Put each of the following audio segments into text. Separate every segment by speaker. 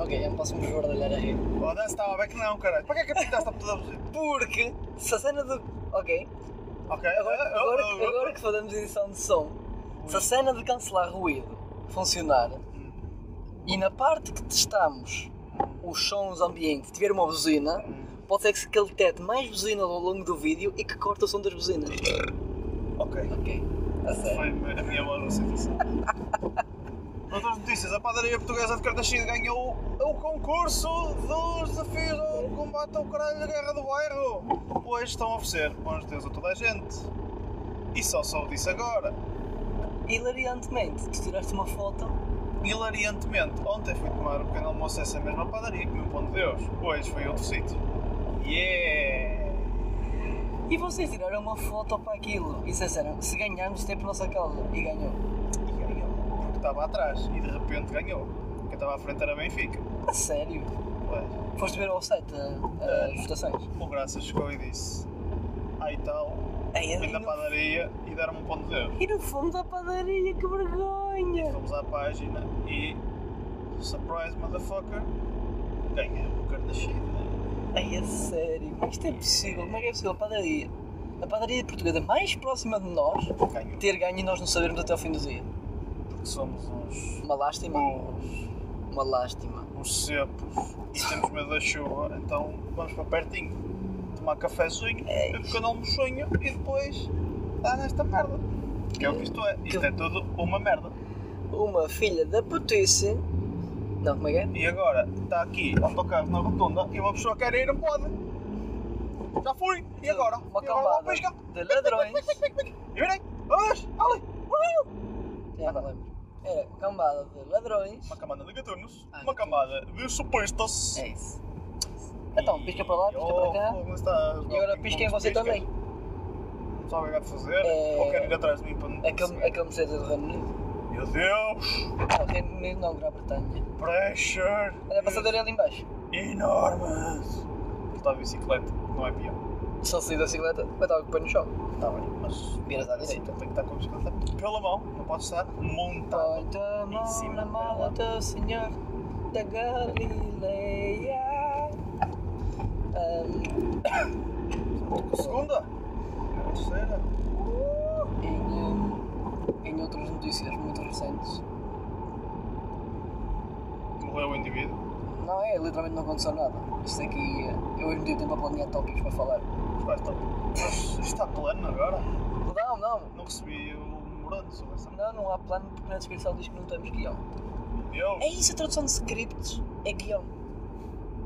Speaker 1: Ok, já me posso me esbardalhar a rir.
Speaker 2: O Dança estava bem que não, caralho. Para que é que pintaste a puta da
Speaker 1: Porque se a cena do. Ok,
Speaker 2: Ok,
Speaker 1: agora,
Speaker 2: ah, ah,
Speaker 1: agora,
Speaker 2: ah, ah.
Speaker 1: agora que fazemos edição de som, se a cena de cancelar ruído funcionar e na parte que testamos os sons ambiente tiver uma buzina, pode ser que se caletete mais buzina ao longo do vídeo e que corta o som das buzinas.
Speaker 2: Ok.
Speaker 1: Ok, tá a sério.
Speaker 2: Foi a minha boa situação. Outras notícias, a padaria portuguesa de Cartaxide ganhou o concurso dos desafios ao combate ao caralho da guerra do bairro. Pois estão a oferecer bons deus a toda a gente. E só soube disso agora.
Speaker 1: Hilariantemente, tu tiraste uma foto
Speaker 2: Hilariantemente, ontem fui tomar um pequeno almoço a essa mesma padaria que meu pão de Deus. Hoje foi a outro sítio. Yeah!
Speaker 1: e vocês tiraram uma foto para aquilo. E disseram, se ganharmos, isto é por nossa causa. E ganhou.
Speaker 2: E ganhou. Porque estava atrás e de repente ganhou. Quem estava à frente era Benfica.
Speaker 1: A sério?
Speaker 2: Pois.
Speaker 1: Foste ver ao site ah, as votações?
Speaker 2: O Graça chegou e disse: Ai tal,
Speaker 1: Ei,
Speaker 2: fui
Speaker 1: e,
Speaker 2: na
Speaker 1: no,
Speaker 2: padaria e deram-me um pão de Deus.
Speaker 1: e no fundo da padaria, que vergonha!
Speaker 2: Fomos à página e. Surprise, motherfucker! Ganhei o né? Kardashian.
Speaker 1: Ai, é sério, como é que isto é possível? Como é que é possível a padaria, a padaria portuguesa mais próxima de nós,
Speaker 2: Ganhou.
Speaker 1: ter ganho e nós não sabermos até ao fim do dia?
Speaker 2: Porque somos uns.
Speaker 1: Uma lástima.
Speaker 2: burros,
Speaker 1: Uma lástima.
Speaker 2: uns cepos e temos medo da chuva, então vamos para pertinho. Tomar cafezinho,
Speaker 1: É
Speaker 2: beber um pequeno almoçonho e depois. Dá nesta merda. Que é o que isto é. Isto é tudo uma merda.
Speaker 1: Uma filha da putice. Não, como é que é?
Speaker 2: E agora está aqui um autocarro na rotunda e uma pessoa quer ir, não pode. Já fui! E agora?
Speaker 1: Uma
Speaker 2: e agora vou
Speaker 1: cambada
Speaker 2: pescar!
Speaker 1: de ladrões.
Speaker 2: E virei! Vamos! Ali! Uhul!
Speaker 1: Já É, não lembro. Era cambada de ladrões.
Speaker 2: Uma camada de gatunos,
Speaker 1: Ah,
Speaker 2: uma
Speaker 1: gatunos.
Speaker 2: camada de supostos.
Speaker 1: É isso. Então, pisca para lá, pisca
Speaker 2: oh,
Speaker 1: para cá.
Speaker 2: como estás?
Speaker 1: E agora pisca em você também.
Speaker 2: Não sabe o que é de fazer?
Speaker 1: É-
Speaker 2: Ou quer ir atrás de mim para me
Speaker 1: Aquele,
Speaker 2: perseguir?
Speaker 1: aquele Mercedes do Reino Unido.
Speaker 2: Meu Deus!
Speaker 1: Não, Reino Unido não, Grã-Bretanha.
Speaker 2: Pressure!
Speaker 1: Olha a passadeira ali embaixo.
Speaker 2: Enormes! Ele está a bicicleta, não é pior.
Speaker 1: Só saí da bicicleta, vai estar que pôr no chão.
Speaker 2: Está bem, mas
Speaker 1: Viras à direita.
Speaker 2: Tem que estar tá com a bicicleta pela mão, não pode estar montado.
Speaker 1: Põe a
Speaker 2: Em
Speaker 1: mão
Speaker 2: cima
Speaker 1: na
Speaker 2: da
Speaker 1: mala
Speaker 2: vela.
Speaker 1: do Senhor da Galileia. Ahm,
Speaker 2: Segunda? Terceira?
Speaker 1: em, ahm, em outras notícias muito recentes.
Speaker 2: Morreu é o indivíduo.
Speaker 1: Não é, literalmente não aconteceu nada. Isto aqui, eh, eu hoje não tive tempo a planear tópicos para falar.
Speaker 2: Os pais estão. tá. Mas está plano agora?
Speaker 1: Não, não,
Speaker 2: Não recebi o memorando sobre essa.
Speaker 1: não, não há plano porque na descrição diz que não temos guião.
Speaker 2: Meu Deus!
Speaker 1: É isso, a tradução de scripts é guião.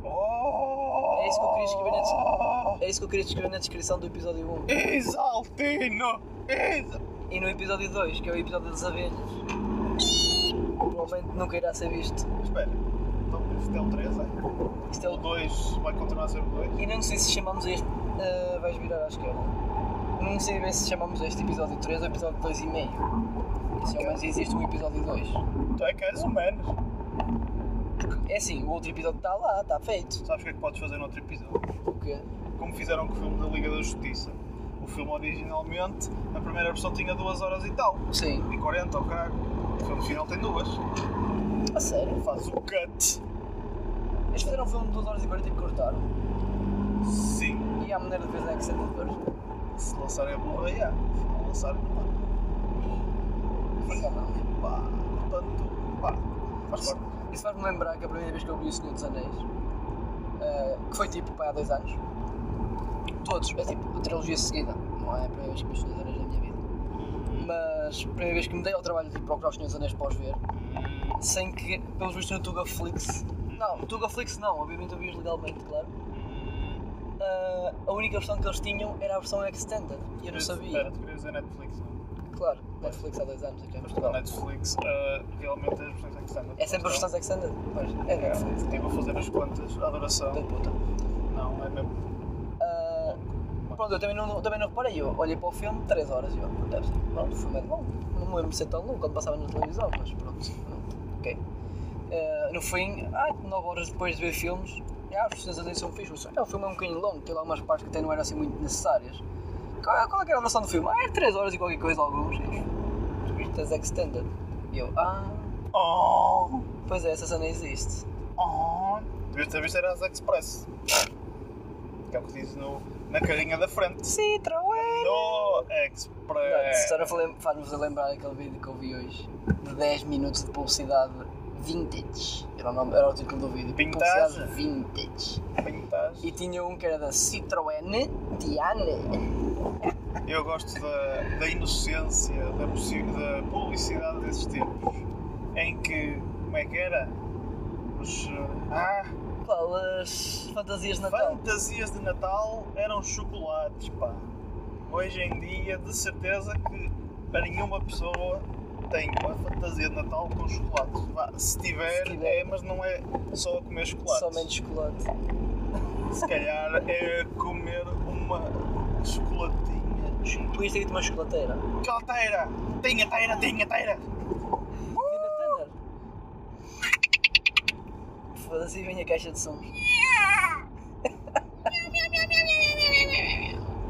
Speaker 2: Oh!
Speaker 1: É isso que eu queria escrever na É isso que eu queria descrever na descrição do episódio 1.
Speaker 2: Exaltino! Exa...
Speaker 1: E no episódio 2, que é o episódio das abelhas. Provavelmente nunca irá ser visto.
Speaker 2: Espera, então este é o 3, é?
Speaker 1: Isto é
Speaker 2: O
Speaker 1: o...
Speaker 2: 2 vai continuar a ser o 2?
Speaker 1: E não sei se chamamos este. ah, vais virar à esquerda. Não sei bem se chamamos este episódio 3 ou episódio 2 e meio. Se ao menos existe um episódio 2.
Speaker 2: Tu é que és humanos.
Speaker 1: É assim, o outro episódio está lá, está feito.
Speaker 2: Sabes o que é que podes fazer no outro episódio?
Speaker 1: O quê?
Speaker 2: como fizeram com o filme da Liga da Justiça. O filme originalmente, a primeira versão tinha duas horas e tal,
Speaker 1: Sim.
Speaker 2: e 40 ao caralho. O filme final tem duas.
Speaker 1: A sério?
Speaker 2: Faz o cut.
Speaker 1: Eles fizeram um filme de 2 horas e 40 e cortaram.
Speaker 2: Sim.
Speaker 1: E há maneira de fazer acrescentadores.
Speaker 2: Se lançarem a burra, já. Se não lançarem, não.
Speaker 1: Fica não.
Speaker 2: Pá, portanto, pá. Faz parte.
Speaker 1: Isso faz-me lembrar que a primeira vez que eu vi o Senhor dos Anéis, eh, que foi tipo pá, há dois anos, todos, é tipo a trilogia seguida, não é a primeira vez que vi o Senhor dos Anéis na minha vida, mas a primeira vez que me dei ao trabalho de procurar o Senhor dos Anéis para os ver, sem que, pelos vistos no Tugaflix, não, no Tugaflix não, obviamente eu vi-os legalmente, claro, eh, a única versão que eles tinham era a versão extended, e eu não
Speaker 2: Espera,
Speaker 1: sabia,
Speaker 2: tu querias dizer Netflix, não? é?
Speaker 1: claro, Netflix há dois anos aqui em
Speaker 2: Mas na
Speaker 1: Portugal.
Speaker 2: Netflix, ah, realmente as versões é que estão.
Speaker 1: É sempre as versões extended? Pois, é Netflix.
Speaker 2: Estive tipo, a fazer as contas, a adoração.
Speaker 1: Da puta.
Speaker 2: Não, é mesmo.
Speaker 1: Ah, pronto, eu também não, também não reparei. Eu olhei para o filme 3 horas e eu, deve ser, pronto, o filme é longo. Não me lembro de ser tão longo quando passava na televisão, mas pronto, ok. Ah, no fim, ai, 9 horas depois de ver filmes, ah, os senhores atenção são fixos. É, o filme é um bocadinho longo, tem lá umas partes que até não eram assim muito necessárias. Qual, qual é que era a duração do filme? Ah, é 3 horas e qualquer coisa, alguns. Tens extended. E eu, ah,
Speaker 2: Oh!
Speaker 1: pois é, essa cena existe.
Speaker 2: Oh! Devias ter visto era as Express. Que é o que diz no, na carrinha da frente.
Speaker 1: Citroën!
Speaker 2: No É. Express.
Speaker 1: Agora falei- faz-vos a lembrar aquele vídeo que eu vi hoje de 10 minutos de publicidade vintage. Era o, nome, era o título do vídeo.
Speaker 2: Vintage?
Speaker 1: Publicidade vintage.
Speaker 2: Pintas.
Speaker 1: E tinha um que era da Citroën Tiane.
Speaker 2: Eu gosto da, da inocência, da, possi- da publicidade desses tempos. Em que, como é que era? Os, eh, ah,
Speaker 1: Qual as fantasias de Natal?
Speaker 2: fantasias de Natal eram chocolates, pá. Hoje em dia, de certeza que para nenhuma pessoa tem uma fantasia de Natal com chocolates. Vá, se tiver,
Speaker 1: Se tiver.
Speaker 2: é, mas não é só a comer chocolates.
Speaker 1: Somente chocolate.
Speaker 2: Se calhar é comer uma chocolatinha.
Speaker 1: Tu isto aqui de uma chocolateira.
Speaker 2: Calteira! Tinha, teira, tinha, teira!
Speaker 1: Tina Turner. Foda-se, aí vem a caixa de som.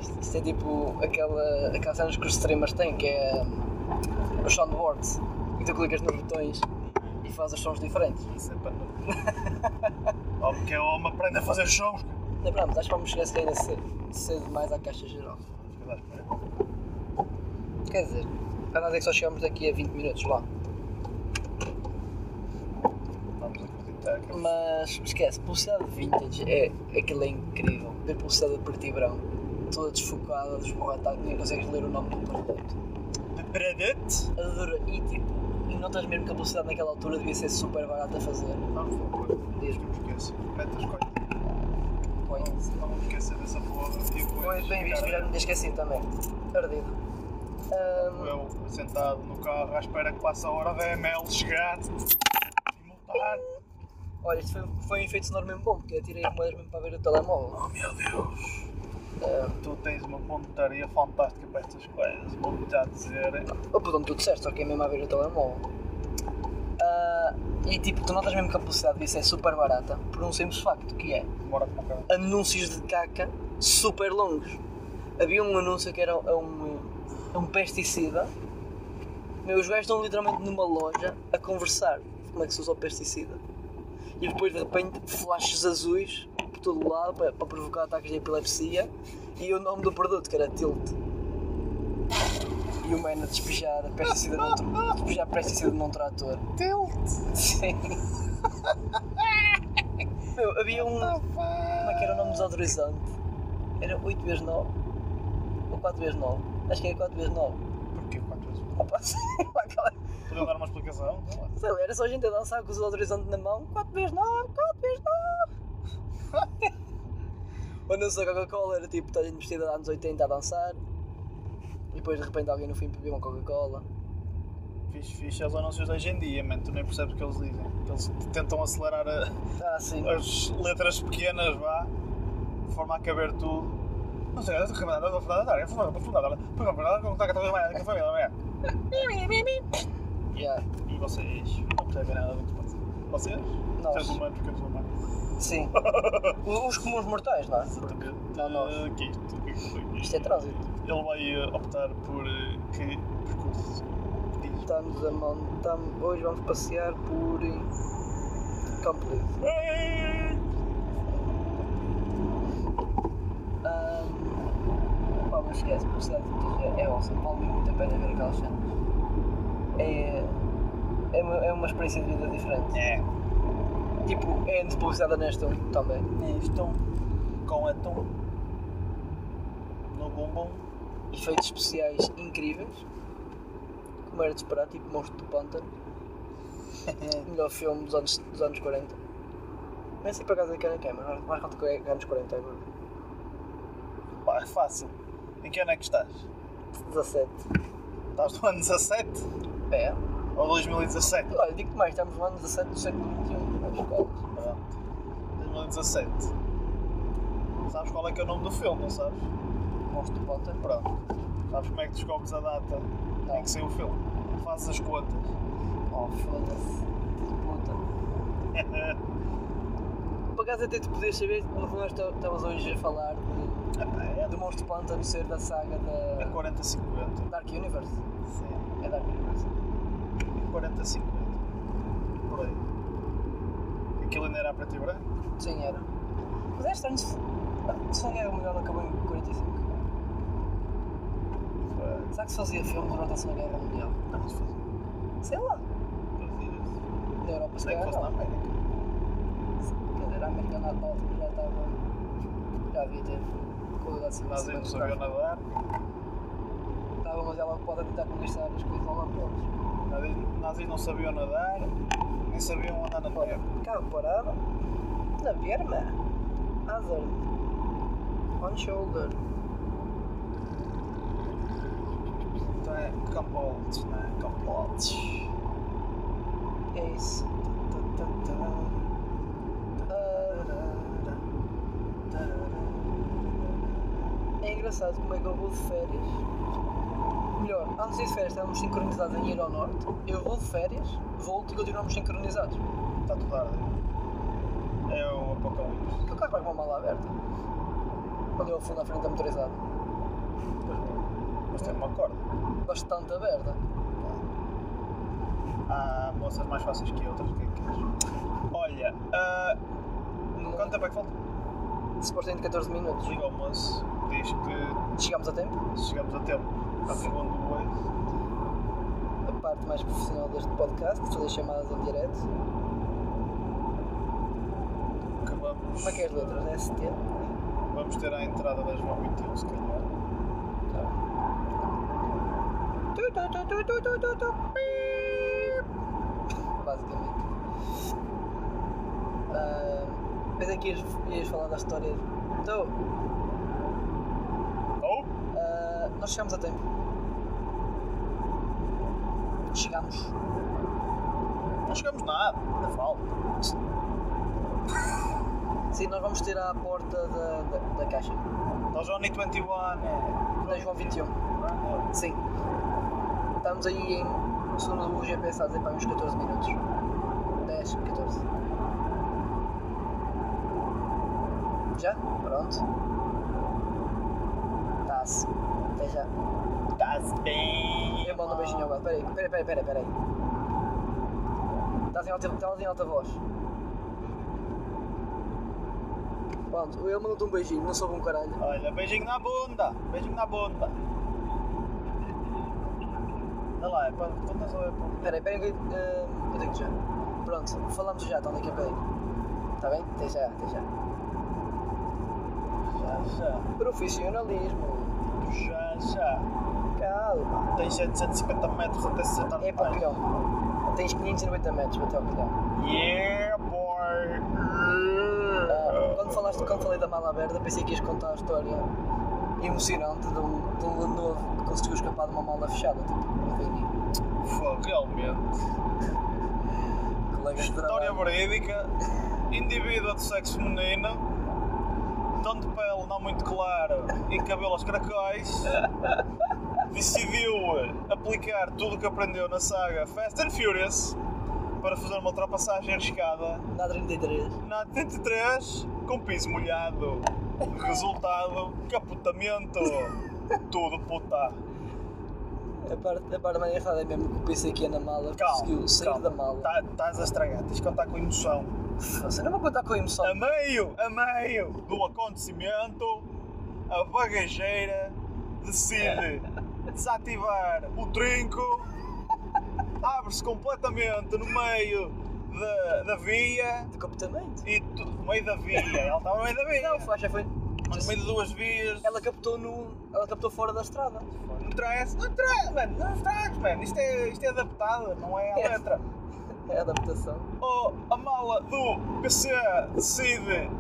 Speaker 1: isto, isto é tipo aquela, aquela cena que os streamers têm, que é hum, os soundboards. E tu clicas nos botões e fazes sons diferentes.
Speaker 2: Isso é para não. Oh, porque eu me aprendo a fazer shows.
Speaker 1: Lembramos, acho que vamos chegar se calhar cedo, cedo demais à caixa geral. Quer dizer, a nós é que só chegamos daqui a 20 minutos lá.
Speaker 2: Vamos acreditar que é eu
Speaker 1: Mas esquece, publicidade vintage é aquilo é incrível. Ver publicidade de preto e branco, toda desfocada, desborratada, nem consegues ler o nome do produto.
Speaker 2: de Bradet.
Speaker 1: Adoro. E tipo, e notas mesmo que a publicidade naquela altura devia ser super barata a fazer.
Speaker 2: Não, por favor, diz que me esqueço. Mete as coisas.
Speaker 1: Põe isso.
Speaker 2: Não me esquecer dessa porra. Tipo,
Speaker 1: Foi bem visto, já me tinha esquecido também. Perdido. Ahm,
Speaker 2: Eu sentado no carro à espera que passe a hora da ML chegar e multar.
Speaker 1: olha, isto foi, foi um efeito sonoro mesmo bom, porque eu tirei as moedas mesmo para ver o telemóvel.
Speaker 2: Oh meu Deus!
Speaker 1: Ahm,
Speaker 2: Tu tens uma pontaria fantástica para estas coisas, vou-te já dizer.
Speaker 1: Oh, perdão, tudo certo, só que é mesmo a ver o telemóvel. Ah, e tipo, tu notas mesmo que a publicidade disso é super barata, por um simples facto, que é
Speaker 2: Demora com o carro.
Speaker 1: anúncios de caca super longos. Havia um anúncio que era a um, a um pesticida. Meu, os gajos estão literalmente numa loja a conversar de como é que se usa o pesticida. E depois de repente flashes azuis por todo lado para, para provocar ataques de epilepsia e o nome do produto que era Tilt. E o man a despejar pesticida num, tra- despejar pesticida num trator.
Speaker 2: Tilt!
Speaker 1: Sim. Meu, havia um. Como é que era o nome dos autorizantes? Era 8 vezes 9 ou 4 vezes 9 Acho que era 4 vezes 9
Speaker 2: Porquê? Quanto vezes?
Speaker 1: Opa, sei lá, aquela-
Speaker 2: Poderiam dar uma explicação? Sei lá.
Speaker 1: sei lá, era só a gente a dançar com os autorizantes na mão 4 vezes 9 4 vezes 9 Ou não sei, Coca-Cola era tipo, toda a gente vestida de anos 80 a dançar E depois de repente alguém no fim bebeu uma Coca-Cola
Speaker 2: Fixe, fixe é os anúncios de hoje em dia, mano. Tu nem percebes o que eles dizem. Eles tentam acelerar a-
Speaker 1: Ah, sim
Speaker 2: as letras pequenas, vá, de forma a caber tudo. Não sei, essa caminhada da fundada, é fundada, fundada, fundada, fundada, fundada, que família, não é?
Speaker 1: yeah.
Speaker 2: E vocês não percebem nada do que passa. Vocês?
Speaker 1: Nós,
Speaker 2: Seres humanos, pequenos humanos.
Speaker 1: sim Os comuns mortais, não é?
Speaker 2: Exatamente.
Speaker 1: Não, nós.
Speaker 2: Eh, que é isto? O que é que foi?
Speaker 1: Isto é trânsito
Speaker 2: Ele vai eh, optar por eh, que percurso? Diz.
Speaker 1: Estamos a montar. Hoje vamos passear por. Campo Livre.
Speaker 2: Ei!
Speaker 1: Ahm, pá, mas esquece, porque cidade de é awesome. Vale mesmo muito a pena ver aquelas cenas. É. É uma, é uma experiência de vida diferente.
Speaker 2: É.
Speaker 1: Tipo, é antes publicidade nesta também.
Speaker 2: Estão com atum no bumbum.
Speaker 1: Efeitos especiais incríveis. Como era de esperar, tipo Monstro do Pântano. Melhor filme dos anos, dos anos 40. Nem sei para casa de quem é, que é, mas mais quanto que é anos 40 agora.
Speaker 2: Pá, é fácil. Em que ano é que estás?
Speaker 1: 17.
Speaker 2: Estás no ano 17
Speaker 1: É.
Speaker 2: ou 2017?
Speaker 1: Olha, digo-te mais, estamos no ano 17 do século XXI, nas escolas.
Speaker 2: Pronto. 2017. Sabes qual é que é o nome do filme, não sabes?
Speaker 1: Monstro de Ponta.
Speaker 2: Pronto. Sabes como é que descobres a data em que saiu o filme? Fazes as contas.
Speaker 1: Oh, foda-se. Puta.
Speaker 2: É
Speaker 1: Por acaso até te podias saber que nós tá- estavas hoje a falar de,
Speaker 2: É
Speaker 1: do Monstro de Ponta no ser da saga
Speaker 2: é
Speaker 1: da
Speaker 2: 40, 50.
Speaker 1: Dark Universe.
Speaker 2: Sim.
Speaker 1: É Dark Universe.
Speaker 2: É 40, 50. Por aí. Aquilo aquilo ainda era a preto e branco.
Speaker 1: Sim, era. Mas é estranho se a Segunda Guerra Mundial acabou em 45.
Speaker 2: Foi.
Speaker 1: Será que se fazia filme durante a Segunda Guerra Mundial?
Speaker 2: Não se fazia.
Speaker 1: Sei lá.
Speaker 2: fazia-se.
Speaker 1: Na Europa se
Speaker 2: Sei que
Speaker 1: calhar
Speaker 2: fosse na
Speaker 1: não.
Speaker 2: América.
Speaker 1: Quer dizer, a América na altura já estava. Já devia ter qualidade de
Speaker 2: Nós ainda não
Speaker 1: serviço.
Speaker 2: sabiam nadar.
Speaker 1: Estava, mas ela pode tentar conquistar as coisas ao lado deles.
Speaker 2: Nazis- Nazis não sabiam nadar, nem sabiam andar na
Speaker 1: Olha,
Speaker 2: terra.
Speaker 1: carro parado, na perna, hazard, on shoulder.
Speaker 2: Então é campotes, não é? Campotes.
Speaker 1: É isso. É engraçado como é que eu vou de férias. Melhor, antes de ir de férias estávamos sincronizados em ir ao norte. Eu vou de férias, volto e continuamos sincronizados.
Speaker 2: Está tudo a arder. É o apocalipse.
Speaker 1: Porque o carro vai com a mala aberta. Quando eu fundo à frente da motorizada.
Speaker 2: Mas tem uma corda.
Speaker 1: Bastante aberta.
Speaker 2: Há moças mais fáceis que outras, o que é que queres? Olha, ah,
Speaker 1: Não-
Speaker 2: quanto tempo é que falta?
Speaker 1: Supostamente 14 minutos.
Speaker 2: Liga ao moço, diz que
Speaker 1: Chegamos a tempo.
Speaker 2: chegamos a tempo. Ao segundo boi.
Speaker 1: a parte mais profissional deste podcast, fazer chamadas em direto.
Speaker 2: que vamos,
Speaker 1: Como é que é as letras? É ST?
Speaker 2: vamos ter à entrada das 9h21, se calhar.
Speaker 1: Tu, tu, tu, tu, tu, tu, tu, tu. Pip. Basicamente. Ah, Mas é que ias, ias falar da história. Então,
Speaker 2: Oh!
Speaker 1: ah, nós chegamos a tempo. Chegamos.
Speaker 2: Não chegamos nada, ainda falta.
Speaker 1: Sim, nós vamos ter à porta da, da, da caixa.
Speaker 2: Nós only 21. é.
Speaker 1: Da João 21. Sim. Estamos aí em, segundo o GPS, a dizer para uns 14 minutos. 10, 14. Já? Pronto. Tá-se. Até já.
Speaker 2: Estás bem?
Speaker 1: Eu mando um beijinho agora. Peraí, peraí, peraí, peraí. peraí. Estás em, alta, estás em alta voz. Pronto, eu mando-te um beijinho, não soube um caralho.
Speaker 2: Olha, beijinho na bunda. Beijinho na bunda. Olha lá, é para contas ou é para.
Speaker 1: Peraí, peraí, que eh, eu digo já. Pronto, falamos já, então daqui a bocadinho. Está bem? Até já, até já.
Speaker 2: Já, já.
Speaker 1: Profissionalismo,
Speaker 2: Já, já.
Speaker 1: calma.
Speaker 2: Tem 750 metros até 60
Speaker 1: É para o quilhão. Tens 590 metros para até ao quilhão.
Speaker 2: Yeah, boy.
Speaker 1: Ah, quando, falaste, quando falei da mala aberta, pensei que ias contar a história emocionante de um, de um Lenovo que conseguiu escapar de uma mala fechada. Tipo, um Vini.
Speaker 2: Fogo, realmente.
Speaker 1: Colegas de
Speaker 2: História
Speaker 1: trabalho.
Speaker 2: verídica. Indivíduo de sexo feminino. Tom de pele não muito claro e cabelo aos caracóis. Decidiu aplicar tudo o que aprendeu na saga Fast and Furious para fazer uma ultrapassagem arriscada
Speaker 1: Na 33.
Speaker 2: na 33 com piso molhado. Resultado: capotamento. Tudo puta.
Speaker 1: A parte, a parte mais engraçada é mesmo que eu pensei que ia na mala,
Speaker 2: Calma,
Speaker 1: conseguiu sair
Speaker 2: calma.
Speaker 1: da mala.
Speaker 2: Tá- Estás a estragar, tens que contar com emoção.
Speaker 1: Você não vai contar com a emoção.
Speaker 2: A meio, a meio do acontecimento, a bagageira decide desativar o trinco, abre-se completamente no meio da, da via
Speaker 1: De comportamento.
Speaker 2: e tu- no meio da via. Ela estava no meio da via.
Speaker 1: Não, faixa foi.
Speaker 2: mas no meio de duas vias.
Speaker 1: Ela captou no. Ela captou fora da estrada.
Speaker 2: Não traz, não traz, mano, não traz, mano. Isto é, isto é adaptado, não é a letra.
Speaker 1: É a adaptação.
Speaker 2: Oh, a mala do PC decide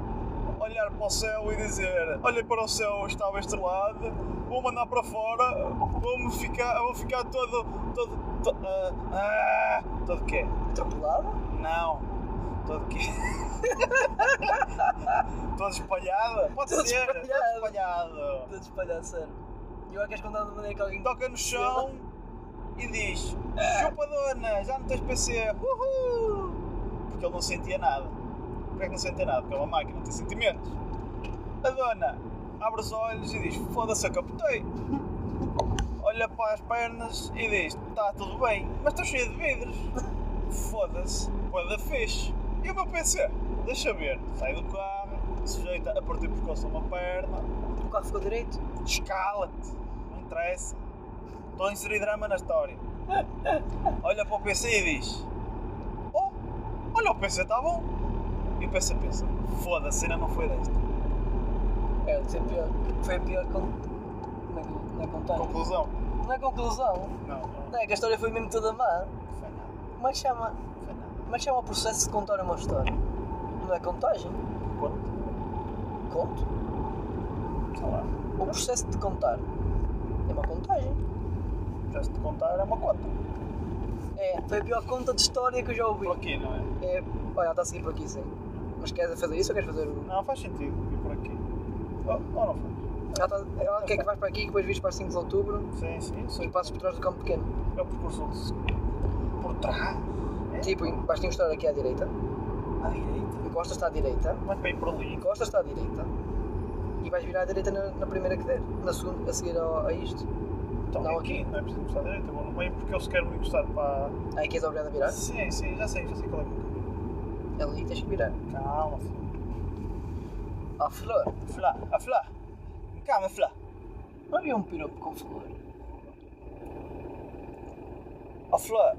Speaker 2: olhar para o céu e dizer: Olha para o céu, estava estrelado, vou mandar para fora, vou-me ficar, vou ficar todo. todo. to, ah, ah, todo quê?
Speaker 1: Atropelada?
Speaker 2: Não, todo quê? todo espalhado? Pode
Speaker 1: Todo
Speaker 2: ser,
Speaker 1: espalhado.
Speaker 2: todo espalhado.
Speaker 1: Estou despalhaçado. E agora queres contar de maneira que alguém.
Speaker 2: Toca no chão e diz: Chupa, dona, já não tens PC, uhul! Porque ele não sentia nada. Porquê que não sentia nada? Porque é uma máquina, não tem sentimentos. A dona abre os olhos e diz: Foda-se, eu capotei. Olha para as pernas e diz: Está tudo bem, mas estou cheio de vidros. Foda-se, boa da fixe. E o meu PC? Deixa ver, sai do carro, sujeita a partir por causa uma perna,
Speaker 1: O carro ficou direito?
Speaker 2: escala-te, não interessa. Estou a inserir drama na história. Olha para o PC e diz: Oh, olha o PC está bom. E o PC pensa: Foda, a cena não foi desta.
Speaker 1: É, isso é pior. Foi a pior con... Como é que não é contagem?
Speaker 2: Conclusão:
Speaker 1: Não é conclusão.
Speaker 2: Não, não,
Speaker 1: Não é que a história foi mesmo toda má.
Speaker 2: não foi nada.
Speaker 1: Como é que chama?
Speaker 2: Não foi nada.
Speaker 1: Como é que chama o processo de contar uma história? Não é contagem?
Speaker 2: Quanto?
Speaker 1: Conto?
Speaker 2: Sei lá.
Speaker 1: O processo de contar é uma contagem.
Speaker 2: Já se te contar, é uma conta.
Speaker 1: É, foi a pior conta de história que eu já ouvi.
Speaker 2: Por aqui, não é?
Speaker 1: É, olha, está a seguir por aqui, sim. Mas queres fazer isso ou queres fazer o.
Speaker 2: Não, faz sentido ir por aqui. Oh, ou não faz?
Speaker 1: Ela tá- ela quer que vais para aqui, que depois vires para 5 de outubro
Speaker 2: Sim, sim, sim.
Speaker 1: e passas por trás do campo pequeno.
Speaker 2: É o percurso de- por trás,
Speaker 1: Tipo, vais te encostar aqui à direita,
Speaker 2: à direita.
Speaker 1: encostas-te à direita,
Speaker 2: Mas bem por ali.
Speaker 1: encostas-te à direita e vais virar à direita na, na primeira que der, na segunda, a seguir ao- a isto.
Speaker 2: Então,
Speaker 1: Não,
Speaker 2: aqui não é preciso encostar à direita, eu vou no meio porque eu se quero me encostar para.
Speaker 1: Aí que és obrigado a virar,
Speaker 2: Sim, sim, já sei, já sei qual é o meu caminho.
Speaker 1: ali tens que virar.
Speaker 2: Calma, filho.
Speaker 1: À flor.
Speaker 2: Flá, a flá. Calma, flá.
Speaker 1: Não havia um piropo com flor?
Speaker 2: A flá.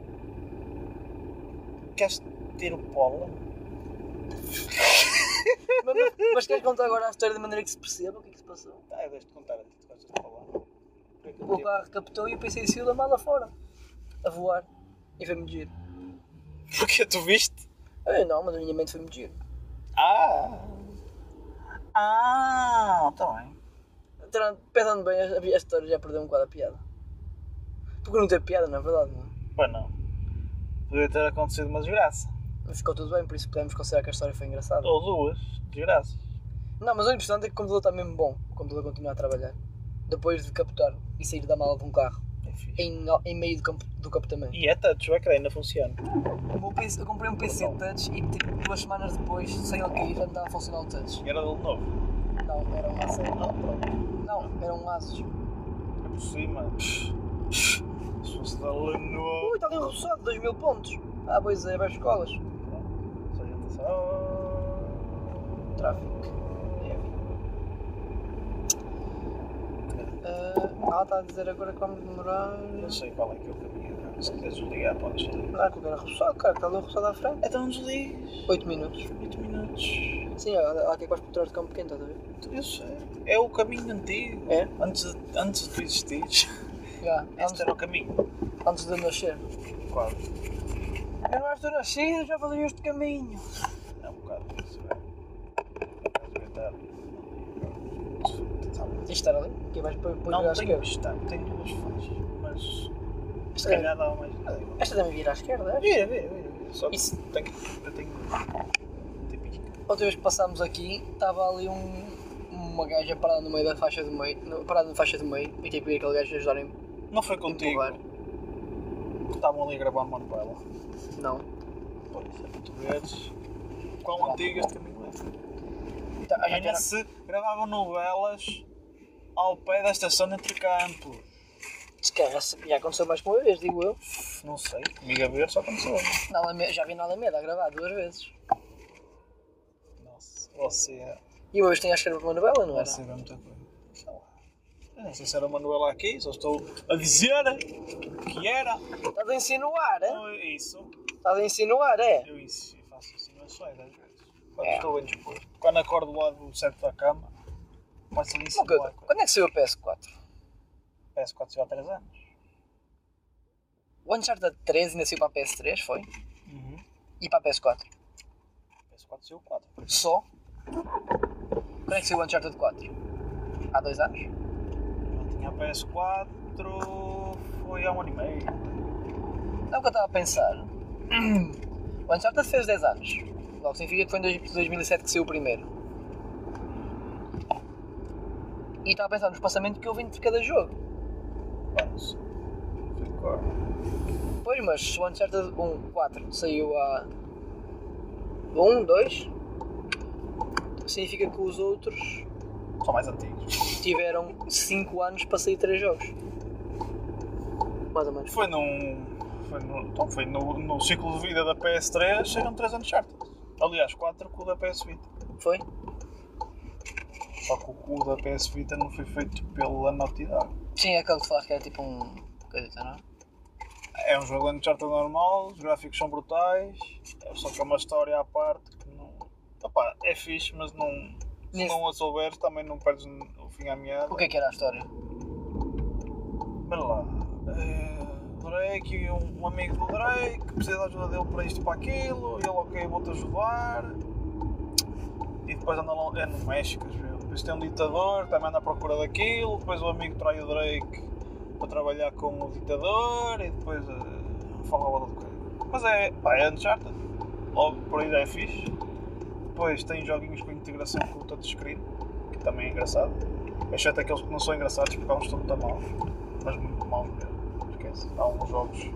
Speaker 2: Queres ter o polo?
Speaker 1: mas, mas- mas queres contar agora a história de maneira que se perceba o que é que se passou?
Speaker 2: Ah, eu deixo-te contar antes de gostas de falar.
Speaker 1: O carro captou e eu pensei em saiu da mala fora, a voar, e foi-me giro.
Speaker 2: Porque tu viste?
Speaker 1: Eu não, mas a minha mente foi-me giro.
Speaker 2: Ah! Ah, está bem.
Speaker 1: Durante- Pensando bem, a, a história já perdeu um bocado a piada. Porque não teve piada, na verdade, não é?
Speaker 2: Pois não. Podia ter acontecido uma desgraça.
Speaker 1: Mas ficou tudo bem, por isso podemos considerar que a história foi engraçada.
Speaker 2: Ou duas desgraças.
Speaker 1: Não, mas o importante é que o computador está mesmo bom. O computador continua a trabalhar. Depois de captar e sair da mala de um carro.
Speaker 2: É fixe.
Speaker 1: Em, em meio do, campo- do captamento.
Speaker 2: E é touch, o ecrã ainda funciona.
Speaker 1: O meu PC eu comprei um PC touch e tipo, duas semanas depois, sem ele cair, já me estava a funcionar o touch.
Speaker 2: Era dele novo.
Speaker 1: Não, era um Acer.
Speaker 2: Não, pronto.
Speaker 1: Não, era um Asus.
Speaker 2: É por cima. Se fosse da Lenovo.
Speaker 1: Ui, está ali um rebuçado, 2 mil pontos. Ah, pois é, vais escolas.
Speaker 2: Só gente "Ah, só.
Speaker 1: Tráfico. Heavy. Ah, ela está a dizer agora que vamos demorar.
Speaker 2: Não sei qual é que é o caminho. cara. Se quiseres desligar, podes desligar.
Speaker 1: Ah, que eu quero rebuçado, cara, está ali um rebuçado à frente.
Speaker 2: Então desligue.
Speaker 1: 8 minutos.
Speaker 2: 8 minutos.
Speaker 1: Sim, ela ela quer que vais por trás do campo pequeno, estás a ver?
Speaker 2: Eu sei. É o caminho antigo.
Speaker 1: É?
Speaker 2: Antes de, antes de tu existires.
Speaker 1: Já, antes,
Speaker 2: Este era o caminho.
Speaker 1: antes de eu nascer.
Speaker 2: Quase.
Speaker 1: Eu não estou nascido, já fazia este caminho.
Speaker 2: É um bocado isso, velho.
Speaker 1: Tens de estar ali, que é. vais para para virar à
Speaker 2: Não tenho
Speaker 1: esquerda.
Speaker 2: está, tenho duas faixas, mas se
Speaker 1: Esta também-
Speaker 2: calhar dava mais. Ah, igual.
Speaker 1: Esta também vira à esquerda, é?
Speaker 2: Vira, vira, vira. Só que
Speaker 1: Isso.
Speaker 2: tenho. Eu tenho. um Tem pica.
Speaker 1: Outra vez que passámos aqui, estava ali um, uma gaja parada no meio da faixa de meio, no- parada na faixa de meio, e tipo, e aquele gajo ajudar a em-
Speaker 2: Não foi contigo
Speaker 1: empurrar.
Speaker 2: que estavam ali a gravar uma novela.
Speaker 1: Não.
Speaker 2: Pois é, para tu veres quão antigo este caminho é.
Speaker 1: Então, Tá, a gente
Speaker 2: Imagina
Speaker 1: era,
Speaker 2: se gravavam novelas ao pé da estação de Entrecampos.
Speaker 1: descarga é já aconteceu mais que uma vez, digo eu.
Speaker 2: Não sei, comigo a ver só aconteceu. né?
Speaker 1: Na Alameda- já vi na Alameda a gravar duas vezes.
Speaker 2: Nossa, você é.
Speaker 1: E uma vez tinha a escrever uma novela, não é?
Speaker 2: Não
Speaker 1: era?
Speaker 2: sei bem muita coisa. Sei lá. Eu nem sei se era o Manuel aqui, só estou a dizer que era.
Speaker 1: Estás a insinuar, é?
Speaker 2: Não é isso.
Speaker 1: Estás a insinuar, é?
Speaker 2: Eu isso, faço assim, insinuações às é vezes. Quando estou bem disposto. Quando acordo lá do certo da cama, começo a
Speaker 1: Uma coisa,
Speaker 2: insinuar. coisas.
Speaker 1: quando é que saiu a PS4?
Speaker 2: Parece 4 já há 3 anos.
Speaker 1: O Uncharted 3 ainda saiu para a PS3, foi?
Speaker 2: Uhum.
Speaker 1: E para a PS4?
Speaker 2: Parece 4 saiu 4.
Speaker 1: Só? Quando é que saiu o Uncharted 4? Há dois anos?
Speaker 2: Eu tinha a PS4, foi há um ano e meio.
Speaker 1: Sabe é o que eu estava a pensar? O Uncharted fez 10 anos. Logo significa que foi em dois- 2007 que saiu o primeiro. E estava a pensar no espaçamento que houve entre cada jogo.
Speaker 2: Anos. Ficou.
Speaker 1: Pois, mas se o é Uncharted 1, 4 um, saiu há 1, 2, significa que os outros
Speaker 2: São mais antigos.
Speaker 1: tiveram 5 anos para sair 3 jogos. Mais ou menos.
Speaker 2: Foi num. Foi no, então foi no, no ciclo de vida da PS3, saíram 3 anos certos. Aliás, 4 com o da PS Vita.
Speaker 1: Foi?
Speaker 2: Só que o cu da PS Vita não foi feito pela Naughty Dog.
Speaker 1: Sim, aquele que falar que era tipo um. coisa, não é?
Speaker 2: É um jogo de Uncharted normal, os gráficos são brutais, é só que é uma história à parte que não. Opá, é fixe, mas não. Se
Speaker 1: Nesse-
Speaker 2: não a souberes, também não perdes o fim à meada.
Speaker 1: O que é que era a história?
Speaker 2: Bem lá. eh, Drake, um, um amigo do Drake, precisa da ajuda dele para isto e para aquilo, e ele, ok, vou-te ajudar. E depois anda lá, é no México, acho eu. Depois tem um ditador, também anda à procura daquilo, depois o amigo trai o Drake para trabalhar com o ditador, e depois eh, fala outra coisa. Mas é, pá, é Uncharted, logo por aí já é fixe. Depois tem joguinhos com integração com o touchscreen, que também é engraçado. Exceto aqueles que não são engraçados, porque há uns que estão muito maus mas muito mal mesmo. Esquece. Há alguns jogos que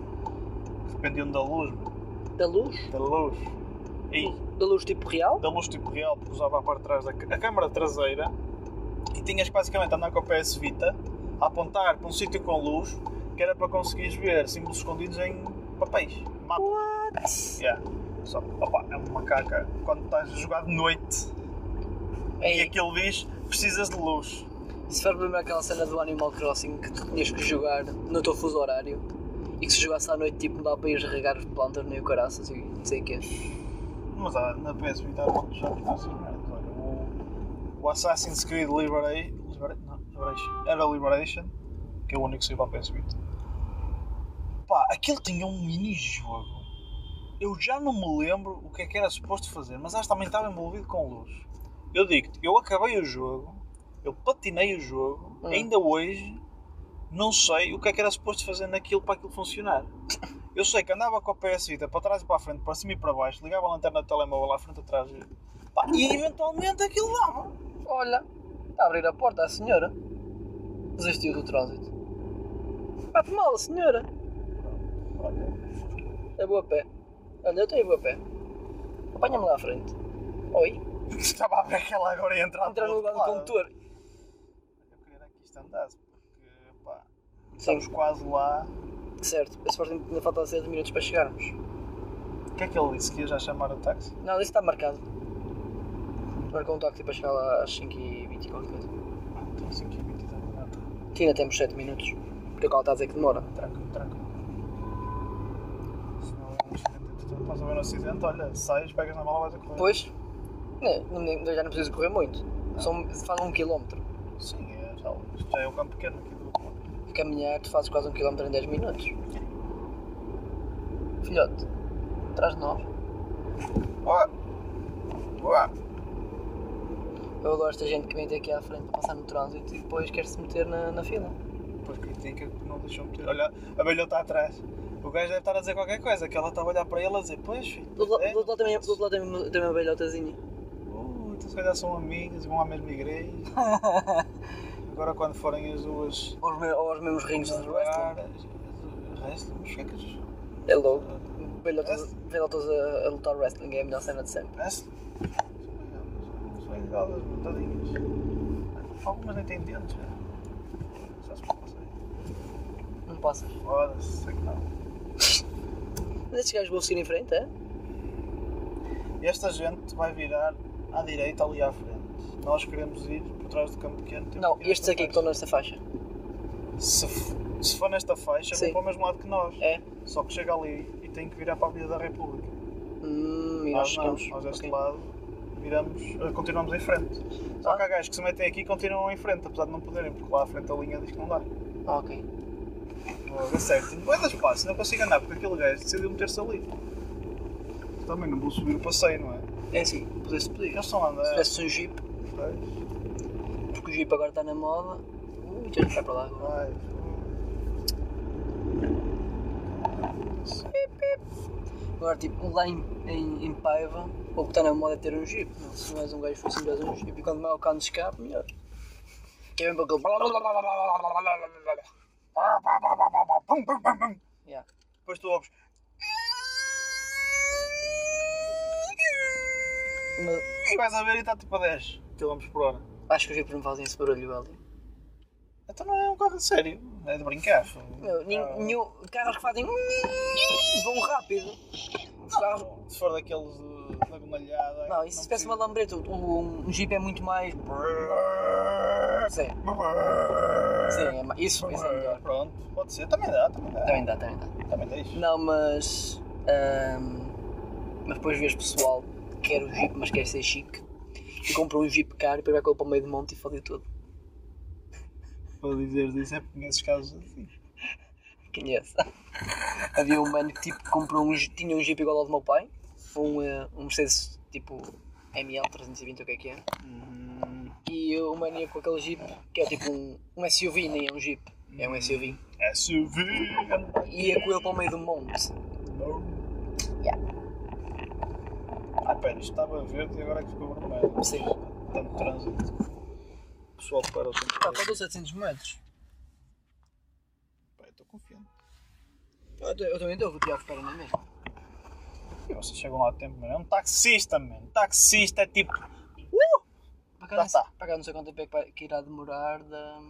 Speaker 2: dependiam da luz, meu.
Speaker 1: Da luz?
Speaker 2: da luz. E
Speaker 1: Da luz tipo real?
Speaker 2: da luz tipo real, porque usava a parte de trás da c- a câmara traseira e tinhas que basicamente andar com a PS Vita a apontar para um sítio com luz que era para conseguires ver símbolos escondidos em papéis. Mapa.
Speaker 1: What?
Speaker 2: Yeah. Só, opa, é uma caca quando estás a jogar de noite e
Speaker 1: Ei,
Speaker 2: aquilo diz precisas de luz.
Speaker 1: É se for mesmo aquela cena do Animal Crossing que tu tinhas que jogar no teu fuso horário e que se jogasse à noite tipo não dá para ir regar as plantas nem o caraças e não sei o quê.
Speaker 2: Mas há, na PS Vita há muitos jogos dessas merdas. né? Olha, o, o Assassin's Creed Liberation, não, Liberation. Era Liberation, que é o único que saiu para a PS Vita. Pá, aquilo tinha um mini-jogo. Eu já não me lembro o que é que era suposto fazer, mas acho que também estava envolvido com luz. Eu digo-te, eu acabei o jogo, eu patinei o jogo,
Speaker 1: Hum.
Speaker 2: ainda hoje não sei o que é que era suposto fazer naquilo para aquilo funcionar. Eu sei que andava com a PS Vita para trás e para a frente, para cima e para baixo, ligava a lanterna do telemóvel lá à frente atrás e, pá, e eventualmente aquilo dava.
Speaker 1: Olha, está a abrir a porta a senhora. Desistiu do trânsito. Bate mal a senhora. É boa pé. Olha, eu tenho boa pé. Apanha-me lá à frente. Oi.
Speaker 2: Estava a ver que ela agora ia entrar
Speaker 1: Entra no lugar do
Speaker 2: outro lado.
Speaker 1: condutor.
Speaker 2: Eu queria era que isto andasse, porque pá,
Speaker 1: Sim,
Speaker 2: estamos quase lá.
Speaker 1: certo. A Sporting ainda falta 6 minutos para chegarmos.
Speaker 2: O que é que ele disse? Que ia já chamar o táxi?
Speaker 1: Não, isso está marcado. Marcou um toque para chegar lá às 5h20 e qualquer coisa.
Speaker 2: Ah, Então 5 e 20
Speaker 1: Que ainda temos 7 minutos. Porque o carro está a dizer que demora.
Speaker 2: Tranquilo, tranquilo. Se não é um acidente, entretanto, podes haver um acidente, olha, sais, pegas na mala, vais a correr.
Speaker 1: Pois, não, não- eu já não preciso correr muito. São, faz um quilómetro.
Speaker 2: Sim, é, já, isto já é o campo pequeno aqui do.
Speaker 1: A caminhar tu fazes quase um quilómetro em 10 minutos. Filhote, atrás de nós.
Speaker 2: Olá! Olá!
Speaker 1: Eu adoro esta gente que vem até aqui à frente para passar no trânsito e depois quer se meter na, na fila.
Speaker 2: Depois critica que não deixou meter. Olha, a velha está atrás. O gajo deve estar a dizer qualquer coisa, que ela está a olhar para ele a dizer, pois filho.
Speaker 1: Do outro, la-
Speaker 2: é,
Speaker 1: do outro lado também, do outro lado tem uma- tem uma velhotazinha.
Speaker 2: Uh, então se um calhar são amigas e vão à mesma igreja. Agora quando forem as duas
Speaker 1: Ou os, me- ou os mesmos rins de wrestling.
Speaker 2: Resto, mas o que é que as-
Speaker 1: É louco. Velhotas, velhotas a, a lutar wrestling é a melhor cena de sempre.
Speaker 2: Wrestling? São igualas, montadinhas. Algumas nem têm dentes, já. Já se passei.
Speaker 1: Não passas.
Speaker 2: Foda-se, sei que não.
Speaker 1: Mas estes gajos vão seguir em frente, é?
Speaker 2: Esta gente vai virar à direita ali à frente. Nós queremos ir por trás do campo pequeno. temos
Speaker 1: Não,
Speaker 2: que ir
Speaker 1: estes aqui que é estão nesta
Speaker 2: nesta
Speaker 1: faixa.
Speaker 2: faixa. Se, f- se for nesta faixa,
Speaker 1: Sim.
Speaker 2: vão para o mesmo lado que nós.
Speaker 1: É?
Speaker 2: Só que chega ali e tem que virar para a Avenida da República.
Speaker 1: Hum, e nós
Speaker 2: Nós não,
Speaker 1: chegamos.
Speaker 2: nós deste
Speaker 1: Ok.
Speaker 2: lado viramos, eh, continuamos em frente. Só
Speaker 1: Ah.
Speaker 2: que há gajos que se metem aqui e continuam em frente, apesar de não poderem, porque lá à frente a linha diz que não dá.
Speaker 1: Ah, ok.
Speaker 2: Logo, é certo. Não é de espaço, não consigo andar, porque aquele gajo decidiu meter-se ali. Também não vou subir o passeio, não é?
Speaker 1: É assim, pudesse pedir.
Speaker 2: Eles estão a
Speaker 1: Se
Speaker 2: andar.
Speaker 1: tivesse um jeep,
Speaker 2: Pois,
Speaker 1: porque o jeep agora está na moda. Ui, já está para lá agora.
Speaker 2: vai.
Speaker 1: Agora, tipo, lá em, em, em Paiva, o que está na moda é ter um jeep. Não, se não és um gajo fosse, és um jeep. E quando mais o carro de escape, melhor. Que é mesmo aquele. blá, blá, blá, blá, blá, blá, blá, blá, blá, blá, blá.
Speaker 2: Pá, pá, pá, pá, pá, pá, pum, pum, pum, pum.
Speaker 1: Yeah.
Speaker 2: Depois tu ouves.
Speaker 1: Mas
Speaker 2: E vais a ver e está tipo a 10 km por hora.
Speaker 1: acho que os jeeps não fazem esse barulho ali.
Speaker 2: Então não é um carro de sério, é de brincar.
Speaker 1: Meu, nin-
Speaker 2: Ah.
Speaker 1: nenhum- carros que fazem. vão rápido. Os carros-
Speaker 2: Se for daqueles de da gomalhada.
Speaker 1: Não, isso parece uma lambreta. Um, um Jeep é muito mais.
Speaker 2: precisa-
Speaker 1: Sim, sim, é ma- isso, isso é melhor.
Speaker 2: Pronto, pode ser. Também dá, também dá.
Speaker 1: Também dá, também dá.
Speaker 2: Também tens.
Speaker 1: Não, mas. ahm, mas depois vês pessoal que quer o Jeep, mas quer ser chique. E compra um Jeep caro e depois vai com ele para o meio do monte e fode tudo.
Speaker 2: Para dizer isso é porque nesses casos assim.
Speaker 1: Conheço. Havia um mano que tipo, comprou um, Je- tinha um Jeep igual ao do meu pai. Um, eh, um Mercedes tipo ML320, o que é que é. E o mano ia com aquele Jeep, que é tipo um, um SUV, nem é um Jeep. É um SUV.
Speaker 2: SUV!
Speaker 1: E ia com ele para o meio do monte. Yeah.
Speaker 2: Ah, pera, isto estava verde e agora é que ficou vermelho.
Speaker 1: Sim.
Speaker 2: Tanto trânsito. O pessoal para o tempo.
Speaker 1: Pá, faltam 700 metros.
Speaker 2: Pá, eu estou confiante.
Speaker 1: Eu, eu também estou, o Tiago espera na mesma.
Speaker 2: E vocês chegam lá a tempo, mano. É um taxista, mano. Taxista é tipo.
Speaker 1: Para cá,
Speaker 2: Lá
Speaker 1: não sei-
Speaker 2: está.
Speaker 1: para cá não sei quanto tempo é que, vai- que irá demorar da...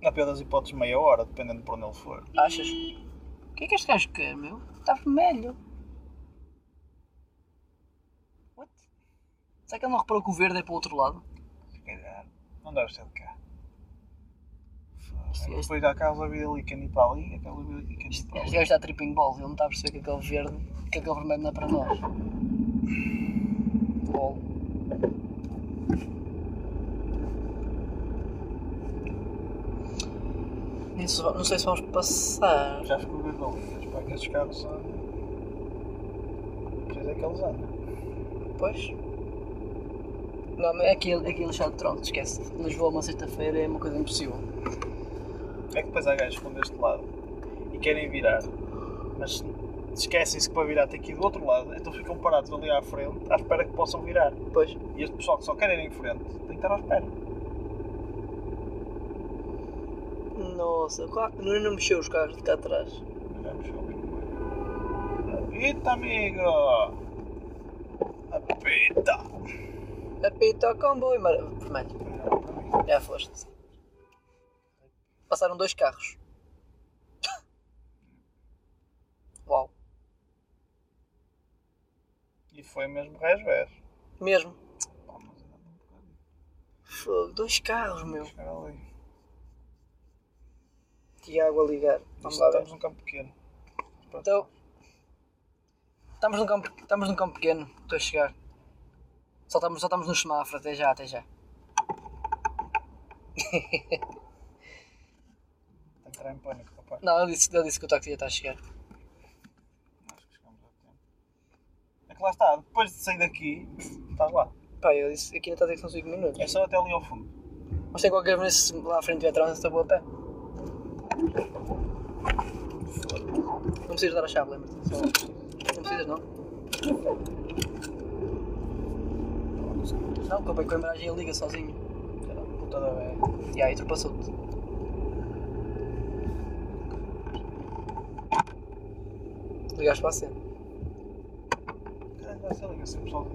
Speaker 2: Na pior das hipóteses, meia hora, dependendo de por onde ele for.
Speaker 1: Achas? O que é que este gajo quer, meu? Está vermelho. What? Será que ele não reparou que o verde é para o outro lado?
Speaker 2: Se calhar. Não deve ser de cá.
Speaker 1: Este gajo,
Speaker 2: Foi ir à casa ver ali, quem ir para ali, é aquela ver ali, quem ir para
Speaker 1: este
Speaker 2: ali.
Speaker 1: gajo está tripping balls, ele não está a perceber que aquele verde, que aquele vermelho não é para nós. Lol. Nem se- Não sei se vamos passar.
Speaker 2: Já ficou verde ali. Mas para que esses carros são. Pois é que eles andam.
Speaker 1: Pois. Não, mas aquele, aquele chá de tronco, esquece. Lisboa uma sexta-feira é uma coisa impossível.
Speaker 2: É que depois há gajos que vão deste lado e querem virar, mas esquecem-se que para virar tem que ir do outro lado, então ficam parados ali à frente à espera que possam virar.
Speaker 1: Pois.
Speaker 2: E este pessoal que só quer ir em frente tem que estar à espera.
Speaker 1: Nossa, qua- não, não mexeu os carros de cá atrás.
Speaker 2: Vamos ver. Apita, amigo! Apita!
Speaker 1: Apito ao comboio, mar... vermelho. Já foste. Passaram dois carros. Uau.
Speaker 2: E foi mesmo resvés.
Speaker 1: Mesmo. Fogo, dois carros, meu. Tiago a ligar. Vamos lá ver.
Speaker 2: Estamos num campo pequeno.
Speaker 1: Então, estamos num campo, estamos num campo pequeno, estou a chegar. Só estamos, só estamos no semáforo, até já, até já.
Speaker 2: Tem que entrar em pânico, rapaz.
Speaker 1: Não, ele disse, ele disse que o táxi já está a chegar.
Speaker 2: Acho que chegamos a tempo. É que lá está, depois de sair daqui, estás lá.
Speaker 1: Pá, ele disse aqui ainda está a dizer que são 5 minutos.
Speaker 2: É só até ali ao fundo.
Speaker 1: Mas tem qualquer vez se lá à frente tiver trânsito, eu vou a pé. Não precisas dar a chave, lembra-te. Só- Não precisas, não? Não, comprei com a embreagem e liga sozinho.
Speaker 2: Era uma puta da véia.
Speaker 1: E aí, ultrapassou-te. Ligaste para a cena.
Speaker 2: Caralho, dá essa ligação, pessoal.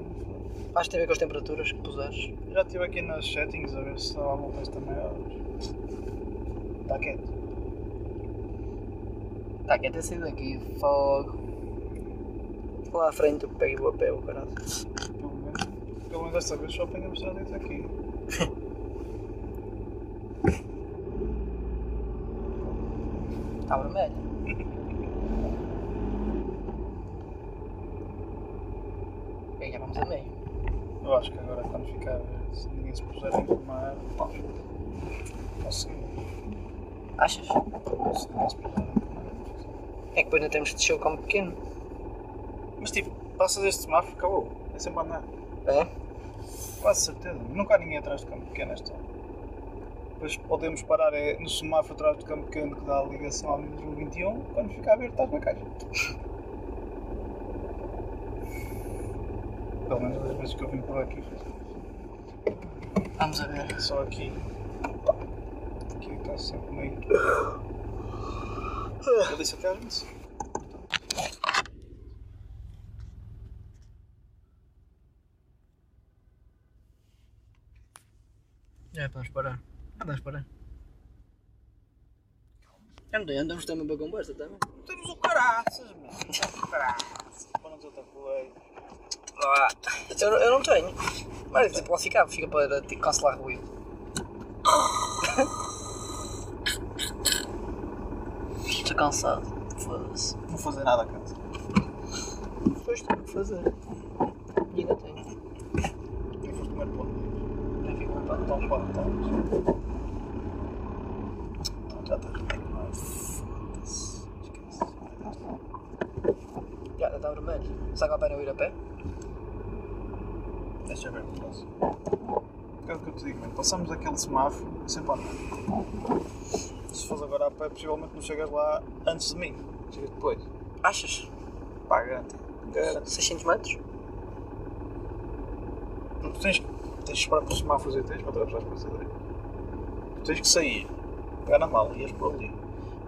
Speaker 1: Acho que tem a ver com as temperaturas que puseres.
Speaker 2: Eu Já estive aqui nas settings a ver se há alguma coisa também. Está quieto.
Speaker 1: Tá, quer ter saído daqui, fogo. Lá à frente eu pego o pé, o caralho.
Speaker 2: Pelo menos, pelo menos desta vez só apanhamos trânsito aqui.
Speaker 1: Está Tá vermelho. Bem, já vamos a meio.
Speaker 2: Eu acho que agora quando ficar, verde, se ninguém se puser a informar, pá, conseguimos.
Speaker 1: Achas?
Speaker 2: Se ninguém se puser a informar.
Speaker 1: É que depois ainda temos que descer o campo pequeno.
Speaker 2: Mas tipo, passas este semáforo, acabou. É sempre a andar.
Speaker 1: É?
Speaker 2: Quase certeza. Nunca há ninguém atrás do campo pequeno esta hora. Depois podemos parar é, no semáforo atrás do campo pequeno que dá a ligação ao número 21. Quando ficar aberto, estás na caixa. Pelo menos as vezes que eu vim por aqui,
Speaker 1: Vamos a ver.
Speaker 2: só tá aqui. Aqui está sempre meio. Eu disse até às 20.
Speaker 1: Já é, vamos parar. Já vamos parar. Andamos também para a conversa também.
Speaker 2: um Temos o caraças, mano. Temos o caraças. Para onde eu te acolei?
Speaker 1: Ah, então eu não tenho. Mas tipo, lá fica, fica para tipo, cancelar ruído. Estou cansado. Foda-se.
Speaker 2: Não vou fazer nada, cara.
Speaker 1: Depois tenho que fazer. E ainda tenho.
Speaker 2: Eu vou comer pão.
Speaker 1: Já fico com pano.
Speaker 2: Então, pão, pão. Já está arrependido. Foda-se. Esquece.
Speaker 1: Já já está vermelho. Sabe a pena eu ir a pé?
Speaker 2: Deixa eu ver o que faço. É o que eu te digo, mano. Passamos aquele semáforo sempre a andar. Se fores agora a pé, possivelmente não chegas lá antes de mim. Chegas depois.
Speaker 1: Achas?
Speaker 2: Pá, garanto. Garanto.
Speaker 1: 600 metros?
Speaker 2: Não, Tu tens, tens de esperar para os semáforos e tens para atravessar para essa direita. Tu tens que sair, pegar na mala e ias para ali.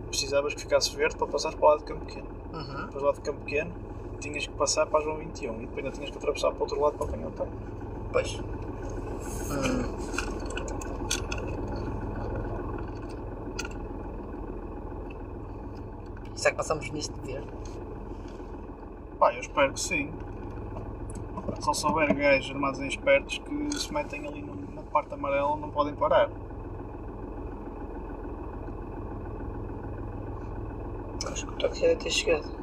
Speaker 2: Precisavas que ficasse verde para passares para o lado de Campo Pequeno.
Speaker 1: Uhum.
Speaker 2: Depois do lado de Campo Pequeno, tinhas que passar para a João 21 e depois ainda tinhas que atravessar para o outro lado para apanhar o tanque.
Speaker 1: Pois. Hum. Será que passamos nisto de ver?
Speaker 2: Pá, eu espero que sim. Só se houver gajos armados em espertos que se metem ali no- na parte amarela não podem parar.
Speaker 1: Acho que o toque já deve ter chegado.